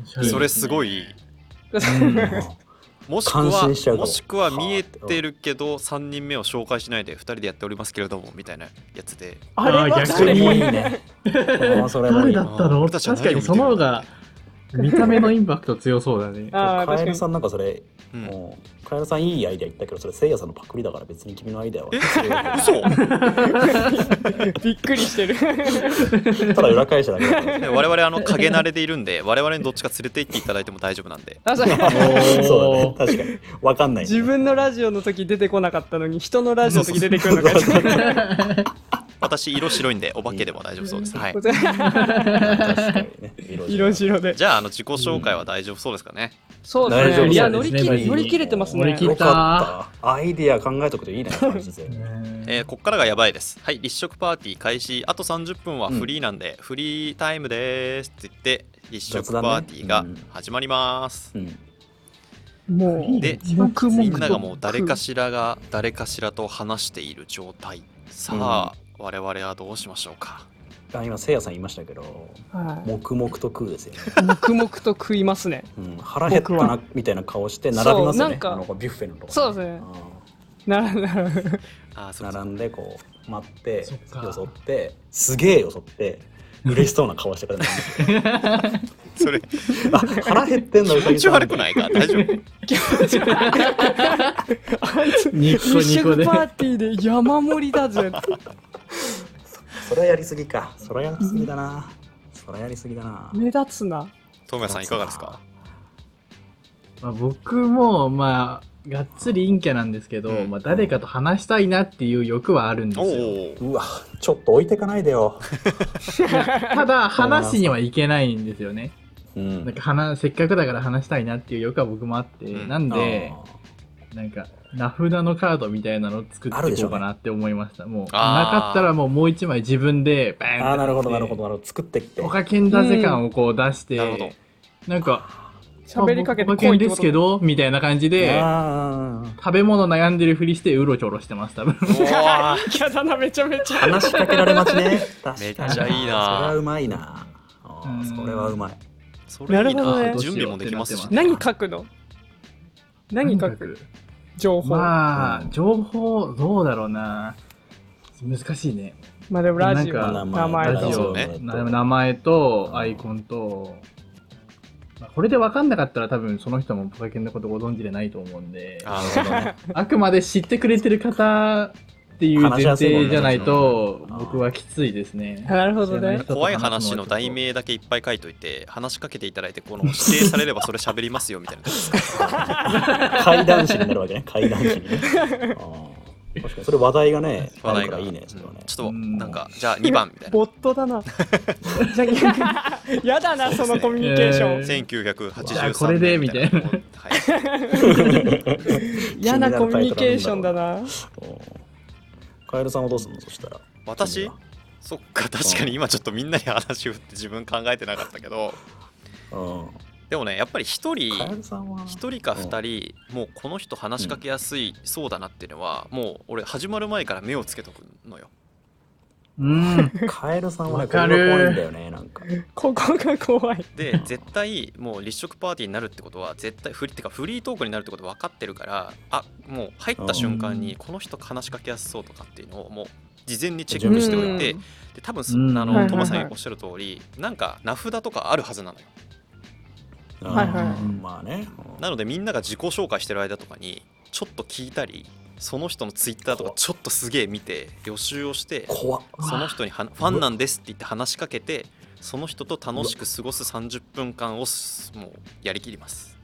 Speaker 4: しゃれですね
Speaker 2: それすごいいい。 もしく
Speaker 1: 感心しちゃ
Speaker 2: は
Speaker 1: うかも
Speaker 2: もしくは見えてるけど三人目を紹介しないで二人でやっておりますけれどもみたいなやつで。
Speaker 3: あれ
Speaker 4: あ
Speaker 3: は
Speaker 4: ー
Speaker 1: そ
Speaker 4: 逆
Speaker 1: れ
Speaker 3: 誰。
Speaker 1: もいいね。これもそれもい
Speaker 4: 誰
Speaker 1: い
Speaker 4: だ。ったの
Speaker 2: 俺たちは
Speaker 4: 確
Speaker 2: 何を
Speaker 4: か
Speaker 2: 見てる
Speaker 4: にその方が見た目のインパクト強そうだね
Speaker 3: ああ、
Speaker 1: カエ
Speaker 3: 確か
Speaker 1: ル
Speaker 3: に
Speaker 1: さ。んなんかそれ、
Speaker 2: うん、
Speaker 1: もうカエルさんいいアイデア言ったけどそれせいやさんのパクリだから別に君のアイデアは
Speaker 2: え 嘘
Speaker 3: びっくりしてる。
Speaker 1: ただ裏返しただけだから
Speaker 2: 我々あの影慣れでいるんで我々にどっちか連れて行っていただいても大丈夫なんで。
Speaker 3: あそう
Speaker 4: ー
Speaker 1: そうだね確かにわかんないね、
Speaker 3: 自分のラジオの時出てこなかったのに、人のラジオの時出てくるのかって
Speaker 2: 私色白いんでお化けでも大丈夫そうです。はい。
Speaker 1: 確かにね
Speaker 3: 色白で。
Speaker 2: じゃああの自己紹介は大丈夫そうですかね。
Speaker 3: そうで
Speaker 1: 大
Speaker 3: す
Speaker 1: 丈夫
Speaker 3: ね。いや、乗
Speaker 4: そうで
Speaker 3: り
Speaker 4: す
Speaker 3: 切
Speaker 4: ねマジ
Speaker 3: れ
Speaker 4: に
Speaker 3: 乗り切れてます
Speaker 4: 乗
Speaker 3: ね
Speaker 4: り切。
Speaker 1: よ
Speaker 4: れ
Speaker 1: かったアイディア考えとくといいねマジで
Speaker 2: えーこっからがやばいです。はい、立食パーティー開始。あと30分はフリーなんで、フリータイムですって言って、立食パーティーが始まります。
Speaker 1: うん
Speaker 3: もう、
Speaker 2: で
Speaker 3: 黙々と
Speaker 2: みんながもう誰かしらが誰かしらと話している状態。さあ、我々はどうしましょうか。
Speaker 1: あ今せいやさん言いましたけど
Speaker 3: はい
Speaker 1: 黙々と食うですよね、
Speaker 3: 黙々と食いますね。
Speaker 1: うん、腹減った
Speaker 3: 僕
Speaker 1: な
Speaker 3: は
Speaker 1: みたいな顔して並びますよね
Speaker 3: そうなんか
Speaker 1: あのビュッフェのとこ
Speaker 3: そうですねなるなる。
Speaker 2: あー
Speaker 1: う
Speaker 2: そ
Speaker 1: ん
Speaker 2: うそう
Speaker 1: 並んでこう待って
Speaker 4: そっか
Speaker 1: よそってすげえよそって嬉しそうな顔してから並んで
Speaker 2: それ、
Speaker 1: あ腹減ってんの
Speaker 2: 気持ち悪く
Speaker 1: い
Speaker 2: ないか大丈夫
Speaker 4: ニコ
Speaker 3: 一
Speaker 4: ニコ
Speaker 3: 食
Speaker 4: で
Speaker 3: パ。ーティーで山盛りだぜ。
Speaker 1: それはやりすぎかそれはやりすぎだなそれはやりすぎだな
Speaker 3: 目立つな。
Speaker 2: トムヤさんいかがですか
Speaker 4: まあ、僕も、まあ、がっつり陰キャなんですけど、
Speaker 2: うん
Speaker 4: まあ、誰かと話したいなっていう欲はあるん
Speaker 2: お
Speaker 4: で
Speaker 2: お
Speaker 4: すよ。
Speaker 1: うわちょっと置いてかないでよ、
Speaker 4: ただ、話にはいけないんですよね。
Speaker 1: うん
Speaker 4: なんか話、せっかくだから話したいなっていう欲は僕もあって、
Speaker 2: うん
Speaker 4: なんで、なんか、名札のカードみたいなのを作
Speaker 1: あ
Speaker 4: っ
Speaker 1: る
Speaker 4: て
Speaker 1: で
Speaker 4: い
Speaker 1: し
Speaker 4: こ
Speaker 1: ょう
Speaker 4: う
Speaker 1: ね
Speaker 4: かなって思いました。もう、な
Speaker 2: あー
Speaker 4: かったらもうもう一枚自分で、バーンって
Speaker 1: ああなるほどなるほどなるほど作ってきて
Speaker 4: おかけんだぜ感をこう出して、
Speaker 2: なるほど。
Speaker 4: なんか、
Speaker 3: 喋りかけて
Speaker 4: お
Speaker 3: こ
Speaker 4: かけ
Speaker 3: い
Speaker 4: ん
Speaker 3: って
Speaker 4: で
Speaker 3: こ
Speaker 4: す
Speaker 3: と
Speaker 4: けど、みたいな感じで、
Speaker 1: あー
Speaker 4: 食べ物悩んでるふりしてうろちょろしてます、多分。
Speaker 2: うわー
Speaker 3: いやだな、めちゃめちゃ。
Speaker 1: 話しかけられ待ちね確かに
Speaker 2: めっちゃいいな
Speaker 1: それはうまいなあー
Speaker 4: うん
Speaker 1: それはうまい
Speaker 2: それいい
Speaker 3: なるほど
Speaker 2: な。
Speaker 3: ね
Speaker 2: 準備もできますし。
Speaker 3: 何書くの何書く情報。
Speaker 4: まあ、情報、どうだろうな。難しいね。
Speaker 3: まあでもラジオ
Speaker 4: なんか
Speaker 3: 名前
Speaker 4: ラジ
Speaker 2: そう
Speaker 4: オ、
Speaker 2: ね
Speaker 4: な名前とアイコンと、まあこれで分かんなかったら多分その人もポケケンのことご存知でないと思うんで、あ
Speaker 2: あ
Speaker 4: くまで知ってくれてる方っていう前提じゃないと、
Speaker 1: 話しやすいもんね
Speaker 4: 僕はきついですね。
Speaker 3: なるほど
Speaker 4: 知らな
Speaker 3: ね
Speaker 4: 人と
Speaker 2: 怖い
Speaker 4: すのはち
Speaker 2: 話
Speaker 4: ょ
Speaker 2: の
Speaker 4: っと
Speaker 2: 題。名だけいっぱい書いといて話しかけていただいてこの指定されればそれ喋りますよみたいな
Speaker 1: 怪談師になるわけね怪談師にねあー確かにそれ話題がね
Speaker 2: 話
Speaker 1: あ
Speaker 2: 題
Speaker 1: る
Speaker 2: が
Speaker 1: からいいね
Speaker 2: う
Speaker 1: それは
Speaker 2: ん
Speaker 1: ね
Speaker 2: ちょっとなんかじゃあ2番みたいな
Speaker 3: ボットだ なじゃあやだなそのコミュニケーション
Speaker 4: え
Speaker 2: 1983
Speaker 4: じゃあ
Speaker 2: 年
Speaker 4: これでみたい
Speaker 2: な、はい、
Speaker 3: 嫌なコミュニケーションだな
Speaker 1: おーカエルさんはどうするのそしたら君
Speaker 2: 私
Speaker 1: は
Speaker 2: そっか確かに今ちょっとみんなに話を振って自分考えてなかったけど
Speaker 1: う
Speaker 2: でもねやっぱり一人
Speaker 1: んカエルさんは
Speaker 2: 一人か二人もうこの人話しかけやすいそうだなっていうのはもう俺始まる前から目をつけとくのよ
Speaker 4: うん。
Speaker 1: カエルさんはね
Speaker 4: わか
Speaker 1: こ
Speaker 4: る
Speaker 1: れが怖いんだよねなんか
Speaker 3: ここが怖い
Speaker 2: で絶対もう立食パーティーになるってことは絶対フリってかフリートークになるってこと分かってるからあもう入った瞬間
Speaker 4: う
Speaker 2: にこの人話しかけやすそうとかっていうのをもう事前にチェックしておいて
Speaker 3: う
Speaker 2: で
Speaker 3: ん
Speaker 2: 多分そ
Speaker 4: うん
Speaker 2: あ
Speaker 4: はいはいは
Speaker 2: の
Speaker 4: い
Speaker 2: トマさんがおっしゃる通りなんか名札とかあるはずなのよ
Speaker 3: はいはい
Speaker 1: うんまあね
Speaker 2: なのでみんなが自己紹介してる間とかにちょっと聞いたりその人のツイッターとかちょっとすげえ見て予習をして
Speaker 1: 怖っ
Speaker 2: その人にはファンなんですって言って話しかけてその人と楽しく過ごす30分間をすもうやりきります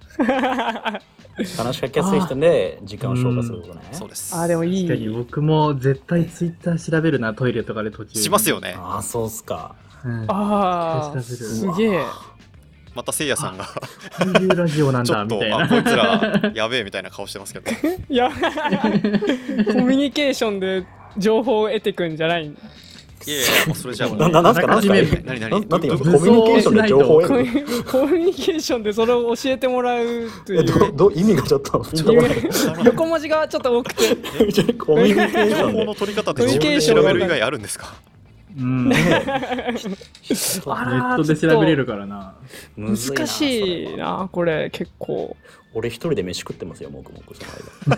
Speaker 1: 話しかけやすい人で時間を消化することね
Speaker 2: そうです
Speaker 3: あでもい
Speaker 4: 確かに
Speaker 3: い
Speaker 4: 僕も絶対ツイッター調べるな、トイレとかで途中。
Speaker 2: しますよ。ね
Speaker 1: ああそうっすか
Speaker 4: うん、
Speaker 3: ああ
Speaker 4: 絶対調
Speaker 3: す
Speaker 4: べる。
Speaker 3: げえ
Speaker 2: またせいやさんがち
Speaker 4: こういうラジオなん
Speaker 2: ょ
Speaker 4: だ、
Speaker 2: っ
Speaker 4: みたい
Speaker 2: と
Speaker 4: な
Speaker 2: あ。こいつらやべえみたいな顔してますけど
Speaker 3: いやコミュニケーションで情報を得てくんじゃないんだ
Speaker 2: いやいやもうそれじゃあもう
Speaker 1: なななんすか
Speaker 4: なんすか
Speaker 2: 何何何
Speaker 1: な
Speaker 2: 何
Speaker 1: なんて今
Speaker 2: ど
Speaker 1: コ
Speaker 2: う
Speaker 1: ミ
Speaker 2: い
Speaker 1: ュニケ
Speaker 2: うこ
Speaker 1: ーションで情報を
Speaker 3: コ
Speaker 1: 得
Speaker 3: ミ
Speaker 1: る
Speaker 3: コミュニケーションでそれを教えてもらうとい
Speaker 1: えど
Speaker 3: う
Speaker 1: ど意味がちょっとピンとこない
Speaker 3: 横文字がちょっと多くて
Speaker 1: コミュニケーシ
Speaker 2: と
Speaker 1: ョ
Speaker 2: 情
Speaker 1: ン
Speaker 2: 報
Speaker 1: で
Speaker 2: の取り方って自分で調べる以外あるんですか
Speaker 4: うん。ネ
Speaker 3: あ
Speaker 4: ッ
Speaker 3: ら
Speaker 4: トで調べれるからな。
Speaker 1: むずいな
Speaker 3: 難しい
Speaker 1: それは
Speaker 3: なこれ結構
Speaker 1: 俺一人で飯食ってますよもくもくそ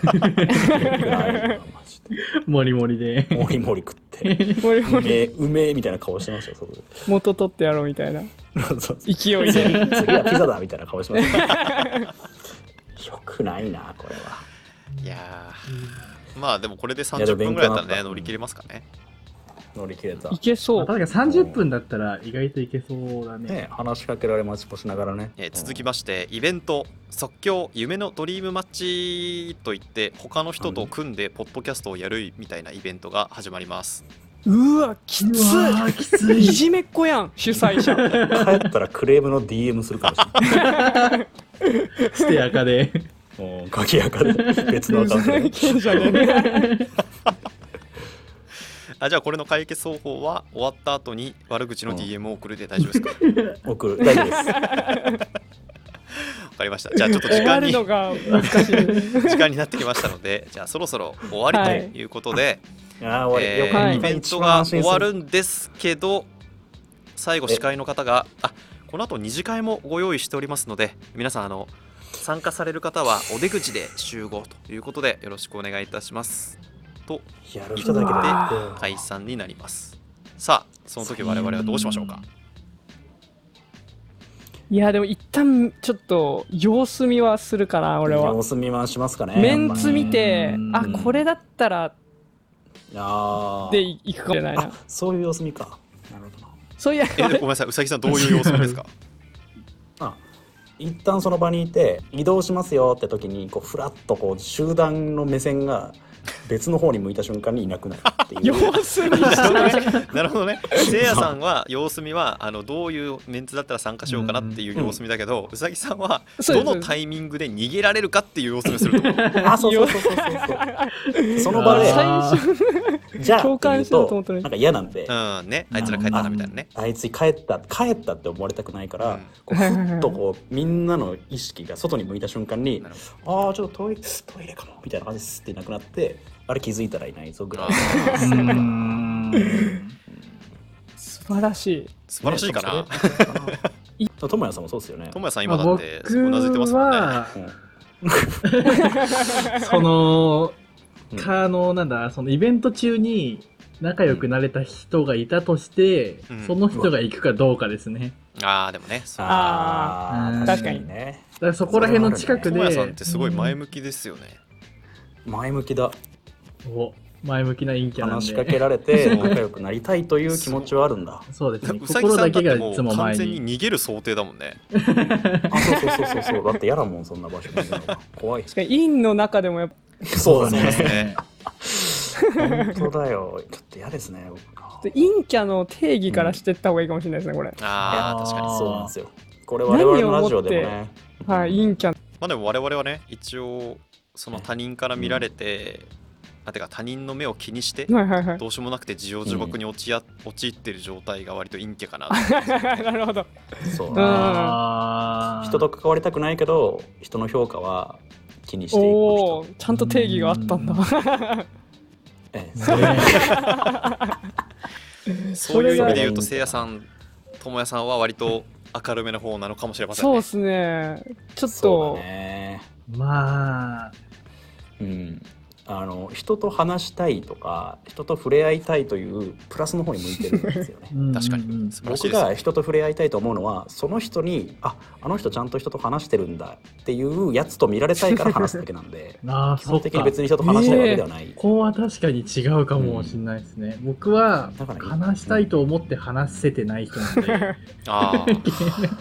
Speaker 1: の 間いや暗いなマジで
Speaker 4: モリモリで。
Speaker 1: もりもり食って
Speaker 3: 俺
Speaker 1: う
Speaker 3: も
Speaker 1: めえうめえみたいな顔してましたよそこで
Speaker 3: 元取ってやろうみたいな
Speaker 1: そうそう
Speaker 3: 勢いで
Speaker 1: 次はピザだみたいな顔してま したよよくないなこれはい
Speaker 2: やーまあでもこれで
Speaker 1: いやで
Speaker 2: 30
Speaker 1: も勉
Speaker 2: 分ぐ
Speaker 1: 強
Speaker 2: らい
Speaker 1: に
Speaker 2: だ
Speaker 1: な
Speaker 2: っ
Speaker 1: った
Speaker 2: たらね乗り切れますかね
Speaker 1: 乗り切れた
Speaker 3: いけそ
Speaker 4: 確
Speaker 3: う
Speaker 4: か30分だったら意外といけそうだね。
Speaker 1: ね話しかけられますぽしながらね
Speaker 2: えー続き
Speaker 1: ば
Speaker 2: ましてイベント即興夢のドリームマッチといって他の人と組んでポッドキャストをやるみたいなイベントが始まります
Speaker 3: うわき
Speaker 4: う
Speaker 3: つ
Speaker 4: わー、きつ
Speaker 3: いい
Speaker 4: い。
Speaker 3: じめっ子やん主催者
Speaker 1: 帰ったらクレームの DM するかもし
Speaker 4: ステアカで。
Speaker 1: れないもう鍵やかで別のアカウントで
Speaker 3: 権者で
Speaker 2: あじゃあこれの解決方法は終わった後に悪口の DM を送るで大丈夫ですか わ、
Speaker 1: 送る大丈夫です
Speaker 2: かりましたじゃあちょっと時
Speaker 3: 終
Speaker 2: 間
Speaker 3: わ
Speaker 2: に
Speaker 3: るのが難しい
Speaker 2: 時間になってきましたのでじゃあそろそろ終わ
Speaker 3: は
Speaker 2: り
Speaker 3: い
Speaker 2: ということで、
Speaker 1: ああ終わり、
Speaker 2: え
Speaker 1: よ
Speaker 2: ー
Speaker 1: かった
Speaker 3: はい
Speaker 2: イベントが終わるんですけど最後司会の方があこの後二次会もご用意しておりますので皆さんあの参加される方はお出口で集合ということでよろしくお願いいたしますと
Speaker 1: やる人だけでう
Speaker 3: う
Speaker 1: ん
Speaker 3: わ
Speaker 2: 解散になりますさあその時我々はどうしましょうか
Speaker 3: いやでも一旦ちょっと様子見はするかな俺は
Speaker 1: 様子見回しますかね
Speaker 3: メンツ見て
Speaker 4: うん
Speaker 3: あこれだったら
Speaker 1: あー
Speaker 3: でいいくかもしれないな
Speaker 1: あそういう様子見かなるほどな
Speaker 3: そういや
Speaker 2: えごめんなさいうさぎさんどういう様子ですか
Speaker 1: あ一旦その場にいて移動しますよって時にこうフラッとこう集団の目線が別の方に向いた瞬間にいなくなるってい
Speaker 3: 様
Speaker 1: う
Speaker 3: 子 見したら
Speaker 2: なるほどねせいやさんは様子見はあのどういうメンツだったら参加しようかなっていう様子見だけどうさぎさんは
Speaker 3: そうで
Speaker 2: ど
Speaker 3: す
Speaker 2: のタイミングで逃げられるかっていう様子見すると思う
Speaker 1: あそうそうそうそうそうその場で
Speaker 3: 最初
Speaker 1: じゃあ
Speaker 3: 共感しようと思ったの
Speaker 1: って言う
Speaker 3: に
Speaker 1: なんか嫌なんで、
Speaker 2: うんね、あいつら帰ったなみたいなね。
Speaker 1: あいつ帰った帰ったって思われたくないから、
Speaker 2: うん
Speaker 1: こうふっとこうみんなの意識が外に向いた瞬間に
Speaker 2: なる
Speaker 1: 「ああちょっとトイレトイレかも」みたいな感じですっていなくなってあれ気づいたらいないぞぐらい。
Speaker 4: うーん。
Speaker 3: 素晴らしい
Speaker 2: 素晴らしいかな。
Speaker 1: な。ともやさんもそうですよね
Speaker 2: と。もやさん今
Speaker 4: まあ
Speaker 2: だっ
Speaker 4: 僕
Speaker 2: てうなずいてますもんね。
Speaker 4: は、その、
Speaker 1: うん
Speaker 4: かあの、なんだ、そのイベント中に、仲良くなれた人がいたとして、
Speaker 2: うん
Speaker 4: その人が行くかどうかですね。
Speaker 2: ああでもねそう
Speaker 1: あ
Speaker 4: あー
Speaker 1: ー確かにね
Speaker 4: だからそこら辺の近く
Speaker 2: 友
Speaker 4: で、
Speaker 2: 也さんってすごい前向きですよね、
Speaker 1: 前向きだ
Speaker 4: お前向きな陰キャなん
Speaker 1: 話しか
Speaker 4: で。
Speaker 1: けられて仲良くなりたいという気持ちはあるんだ
Speaker 4: そうですね。
Speaker 2: うさぎ
Speaker 4: 心
Speaker 2: さんだ
Speaker 4: だ
Speaker 2: っ
Speaker 4: け
Speaker 2: て
Speaker 4: が
Speaker 2: も
Speaker 4: いうつも
Speaker 2: 完
Speaker 4: 前
Speaker 2: 全
Speaker 4: に。
Speaker 2: に逃げる想定だもんね
Speaker 1: あそうそうそうそう そうだって嫌だもんそんな場所に行くのが怖い
Speaker 3: 確かに陰の中でもやっぱ
Speaker 1: そうだね
Speaker 2: ね
Speaker 1: 本当だよちょっと嫌ですね僕が
Speaker 3: 陰キャの定義からしてった方がいいかもしれないですねこれ、
Speaker 2: ああ確かに
Speaker 4: ー
Speaker 1: そうなんですよこれ我々のラジオでも
Speaker 3: 何を
Speaker 1: ね
Speaker 3: はい陰キャ
Speaker 2: まあでも我々はね一応その他人から見られて、あてか他人の目を気にして
Speaker 3: はいはいは い
Speaker 2: どうしようもなくて自業自得に陥,、陥ってる状態が割と陰キャかな
Speaker 3: なるほど
Speaker 1: そう
Speaker 3: うん
Speaker 4: あー
Speaker 1: 人と関わりたくないけど人の評価は気にしていく
Speaker 3: おお
Speaker 1: 人、
Speaker 3: ーちゃんと定義があったんだ
Speaker 4: う
Speaker 1: ええ
Speaker 4: ね
Speaker 1: それ
Speaker 2: そういう意味で言うとせいやさんともやさんは割と明るめの方なのかもしれません
Speaker 3: そう
Speaker 2: ね
Speaker 3: ですねちょっ
Speaker 1: そう
Speaker 3: と
Speaker 1: だね
Speaker 4: まあ、
Speaker 1: うんあの人と話したいとか人と触れ合いたいというプラスの方に向いてるんですよね
Speaker 4: うん
Speaker 2: 確か
Speaker 4: うんうん
Speaker 2: に素晴らしい
Speaker 1: 僕
Speaker 2: です
Speaker 1: が人と触れ合いたいと思うのはその人にああの人ちゃんと人と話してるんだっていうやつと見られたいから話すだけなんで
Speaker 4: ああ、
Speaker 1: 基
Speaker 4: そ
Speaker 1: 本
Speaker 4: っ
Speaker 1: 的に
Speaker 4: か。
Speaker 1: 別に人と話したいわけではない、
Speaker 4: ここは確かに違うかもしれないですね。僕は
Speaker 1: だから
Speaker 4: 話したいと思って話せてない人なんで。
Speaker 2: あー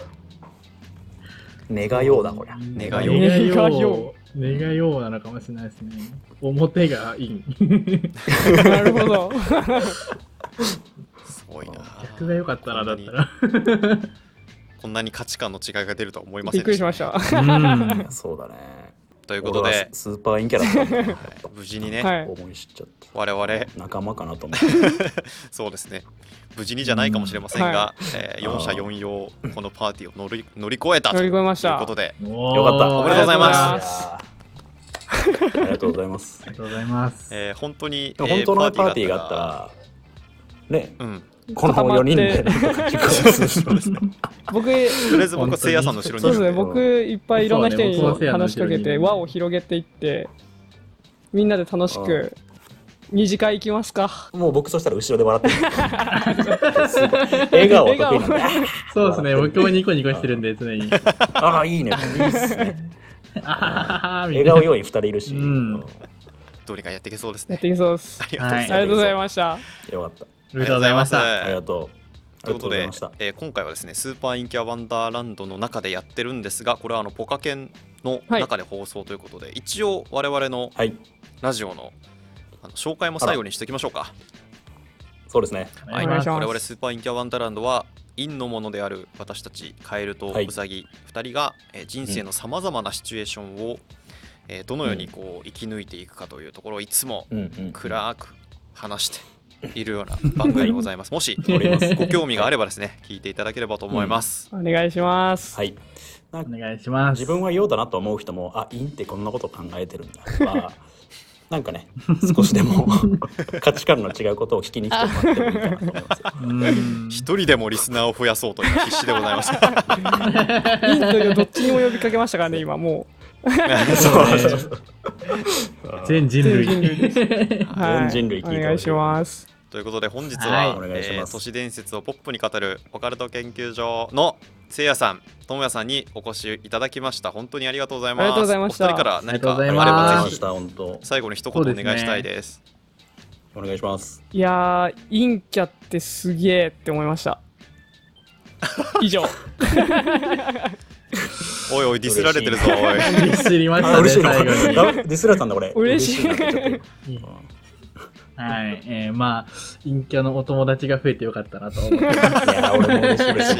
Speaker 1: 願ようだこりゃ
Speaker 2: 願
Speaker 1: よ
Speaker 2: よう
Speaker 4: 願
Speaker 3: 願よ
Speaker 4: よう。願ようなのかもしれないですね。表がいい。
Speaker 3: なるほど
Speaker 2: すごいな
Speaker 4: 逆が良かったらだったら。
Speaker 2: こんなに価値観の違いが出るとは思いませ
Speaker 3: びっ
Speaker 2: ん
Speaker 3: く
Speaker 2: で
Speaker 3: り
Speaker 2: し
Speaker 3: したま した
Speaker 4: うん
Speaker 1: うそうだね
Speaker 2: ということ
Speaker 1: 俺は
Speaker 2: で
Speaker 1: ススーパーインキャラだったんだな
Speaker 2: 無事にね、
Speaker 3: はい
Speaker 1: 思い知っちゃって
Speaker 2: 我々
Speaker 1: 仲間かなと思って
Speaker 2: そうですね無事にじゃないかもしれませんが、えー、
Speaker 1: あー
Speaker 2: 4社4用このパーティーを乗り乗り越えたとい
Speaker 3: 乗り
Speaker 2: う
Speaker 3: 越えました
Speaker 2: ことで
Speaker 1: よかった
Speaker 4: おー
Speaker 2: おめでとうございます
Speaker 1: いやーありがとうございます
Speaker 4: ありがとうございます。
Speaker 2: えー本当に、
Speaker 1: でも本当のパーティーが
Speaker 2: っ
Speaker 1: あったらね
Speaker 2: たら、うん、
Speaker 1: この4人でなんとか熟考する
Speaker 3: 僕
Speaker 2: とりあえず僕はせいやさんの後ろに
Speaker 3: そ
Speaker 2: いうる
Speaker 3: です
Speaker 2: んで
Speaker 3: ね僕いっぱいいろんな人に
Speaker 4: そうね僕も
Speaker 3: 話しかけ
Speaker 4: そう
Speaker 3: て
Speaker 4: ね
Speaker 3: 輪を広げていってみんなで楽しく二次会行きますか
Speaker 1: もう僕としたら後ろで笑ってる笑顔得意なんで
Speaker 4: そうですね。僕もニコニコしてるんで、常に。
Speaker 1: ああいいねいいっすね
Speaker 4: あははは
Speaker 1: 笑
Speaker 4: みたい
Speaker 1: 顔
Speaker 4: な
Speaker 1: 用意2人いるし、
Speaker 4: うん
Speaker 2: どうにかやっていけそうです
Speaker 3: や
Speaker 2: ね
Speaker 3: っていきそうです
Speaker 2: あ
Speaker 3: あ
Speaker 2: りがとうございます、
Speaker 3: りがとうございました
Speaker 1: よかった
Speaker 4: ありがとうございまし
Speaker 2: あり
Speaker 4: た。
Speaker 2: が
Speaker 1: あ
Speaker 2: とうござ
Speaker 1: りが
Speaker 2: いま
Speaker 1: とうありがう
Speaker 2: ということと
Speaker 1: ござい
Speaker 2: で
Speaker 1: ました、
Speaker 2: えー今回はですねスーパーインキャワンダーランドの中でやってるんですがこれはあのポカケンの中で放送ということで、一応我々の
Speaker 1: はい
Speaker 2: ラジオのあの紹介も最後にしておきましょうか
Speaker 1: そうですね
Speaker 4: お
Speaker 2: はい、
Speaker 3: 願いします
Speaker 2: 我々スーパーインキャワンダーランドは陰のものである私たちカエルと
Speaker 1: はい
Speaker 2: ウサギ2人が、えー人生のさまざまなシチュエーションを、えーどのようにこう生き抜いていくかというところをいつも
Speaker 1: うんうん
Speaker 2: 暗く話しているような番組でございます。もし
Speaker 1: おります
Speaker 2: ご興味があればですね、聞いていただければと思います。
Speaker 3: お願いします
Speaker 1: はいなん
Speaker 4: お
Speaker 1: か
Speaker 4: 願いします。
Speaker 1: 自分はようだなと思う人もあいいってこんなこと考えてるんだとか なんかね少しで も価値観の違うことを聞きに来てもらってもいいかなと思いますよ
Speaker 4: うん
Speaker 2: 一人でもリスナーを増やそうという必死でございました。
Speaker 3: いいというどっちにも呼びかけましたからね今も
Speaker 1: そうそうそう
Speaker 4: 全人類。
Speaker 3: 全人類うは
Speaker 1: 全人類聞いてほしい
Speaker 3: お願いします
Speaker 2: ということで本日
Speaker 4: はい
Speaker 2: は、
Speaker 1: お願いし
Speaker 2: え
Speaker 1: ま
Speaker 2: ー
Speaker 1: す
Speaker 2: 都市伝説をポップに語るオカルト研究所のせいやさん、ともやさんにお越しいただきました。本当にありがとうございます。
Speaker 3: ありがとうございました
Speaker 2: お二人から何かあ
Speaker 4: あり
Speaker 2: れ
Speaker 4: がとうござ
Speaker 2: ば
Speaker 4: いま
Speaker 1: 話
Speaker 2: ぜ
Speaker 1: し
Speaker 2: ひ
Speaker 1: た本当
Speaker 2: 最後に一言お願いしたいです。
Speaker 1: お願いします
Speaker 3: いやー陰キャってすげえって思いました以上
Speaker 2: おいおいディスられてるぞ。おい
Speaker 4: ミスりまし
Speaker 1: あ
Speaker 4: たね、
Speaker 1: 嬉しいな
Speaker 4: 最
Speaker 1: これ
Speaker 4: 後に。
Speaker 1: だディスられたんだこれ
Speaker 3: 嬉しい
Speaker 1: なちょっと
Speaker 4: はい、えー、まあ、陰キャのお友達が増えてよかったなと思って、
Speaker 1: いや俺も嬉しい嬉しい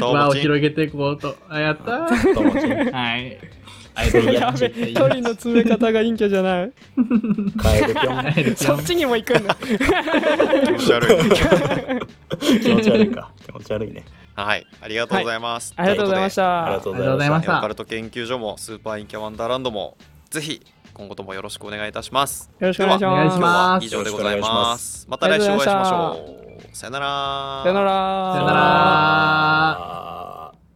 Speaker 2: どう
Speaker 4: 輪
Speaker 2: も
Speaker 4: を
Speaker 2: ちん
Speaker 4: 広げていこうと。あ、やった ー
Speaker 1: どうもちん
Speaker 4: はい。ありがとうござい
Speaker 3: や
Speaker 4: ます。
Speaker 3: べ距離の詰め方が陰キャじゃない
Speaker 1: カエルぴょん
Speaker 3: そっちにも行くんだ
Speaker 2: 気持ち悪い。
Speaker 1: 気持ち悪いか気持ち悪いね
Speaker 2: はい、ありがとうございます。
Speaker 3: ありがとうございまし
Speaker 1: あり
Speaker 3: た
Speaker 1: がとう
Speaker 4: あ
Speaker 1: ご
Speaker 4: りが
Speaker 1: ざ
Speaker 4: とう
Speaker 1: い
Speaker 4: ご
Speaker 1: ま
Speaker 4: ざ
Speaker 1: した
Speaker 2: オ
Speaker 4: いまし
Speaker 2: カ
Speaker 4: た
Speaker 2: ル。ト研究所もスーパーインキャワンダーランドもぜひ今後ともよろしくお願いいたします。
Speaker 3: よろしくお願いし
Speaker 2: では
Speaker 4: お願い
Speaker 3: ます
Speaker 4: し
Speaker 2: 今日
Speaker 4: ま
Speaker 2: は
Speaker 4: す
Speaker 2: 以上でござい
Speaker 1: よろしくお願いし
Speaker 2: ま
Speaker 1: ますす。
Speaker 2: また来週お会いしまし
Speaker 3: ありがと
Speaker 2: ょう。さよなら。
Speaker 3: さよなら
Speaker 4: さよなら
Speaker 1: あー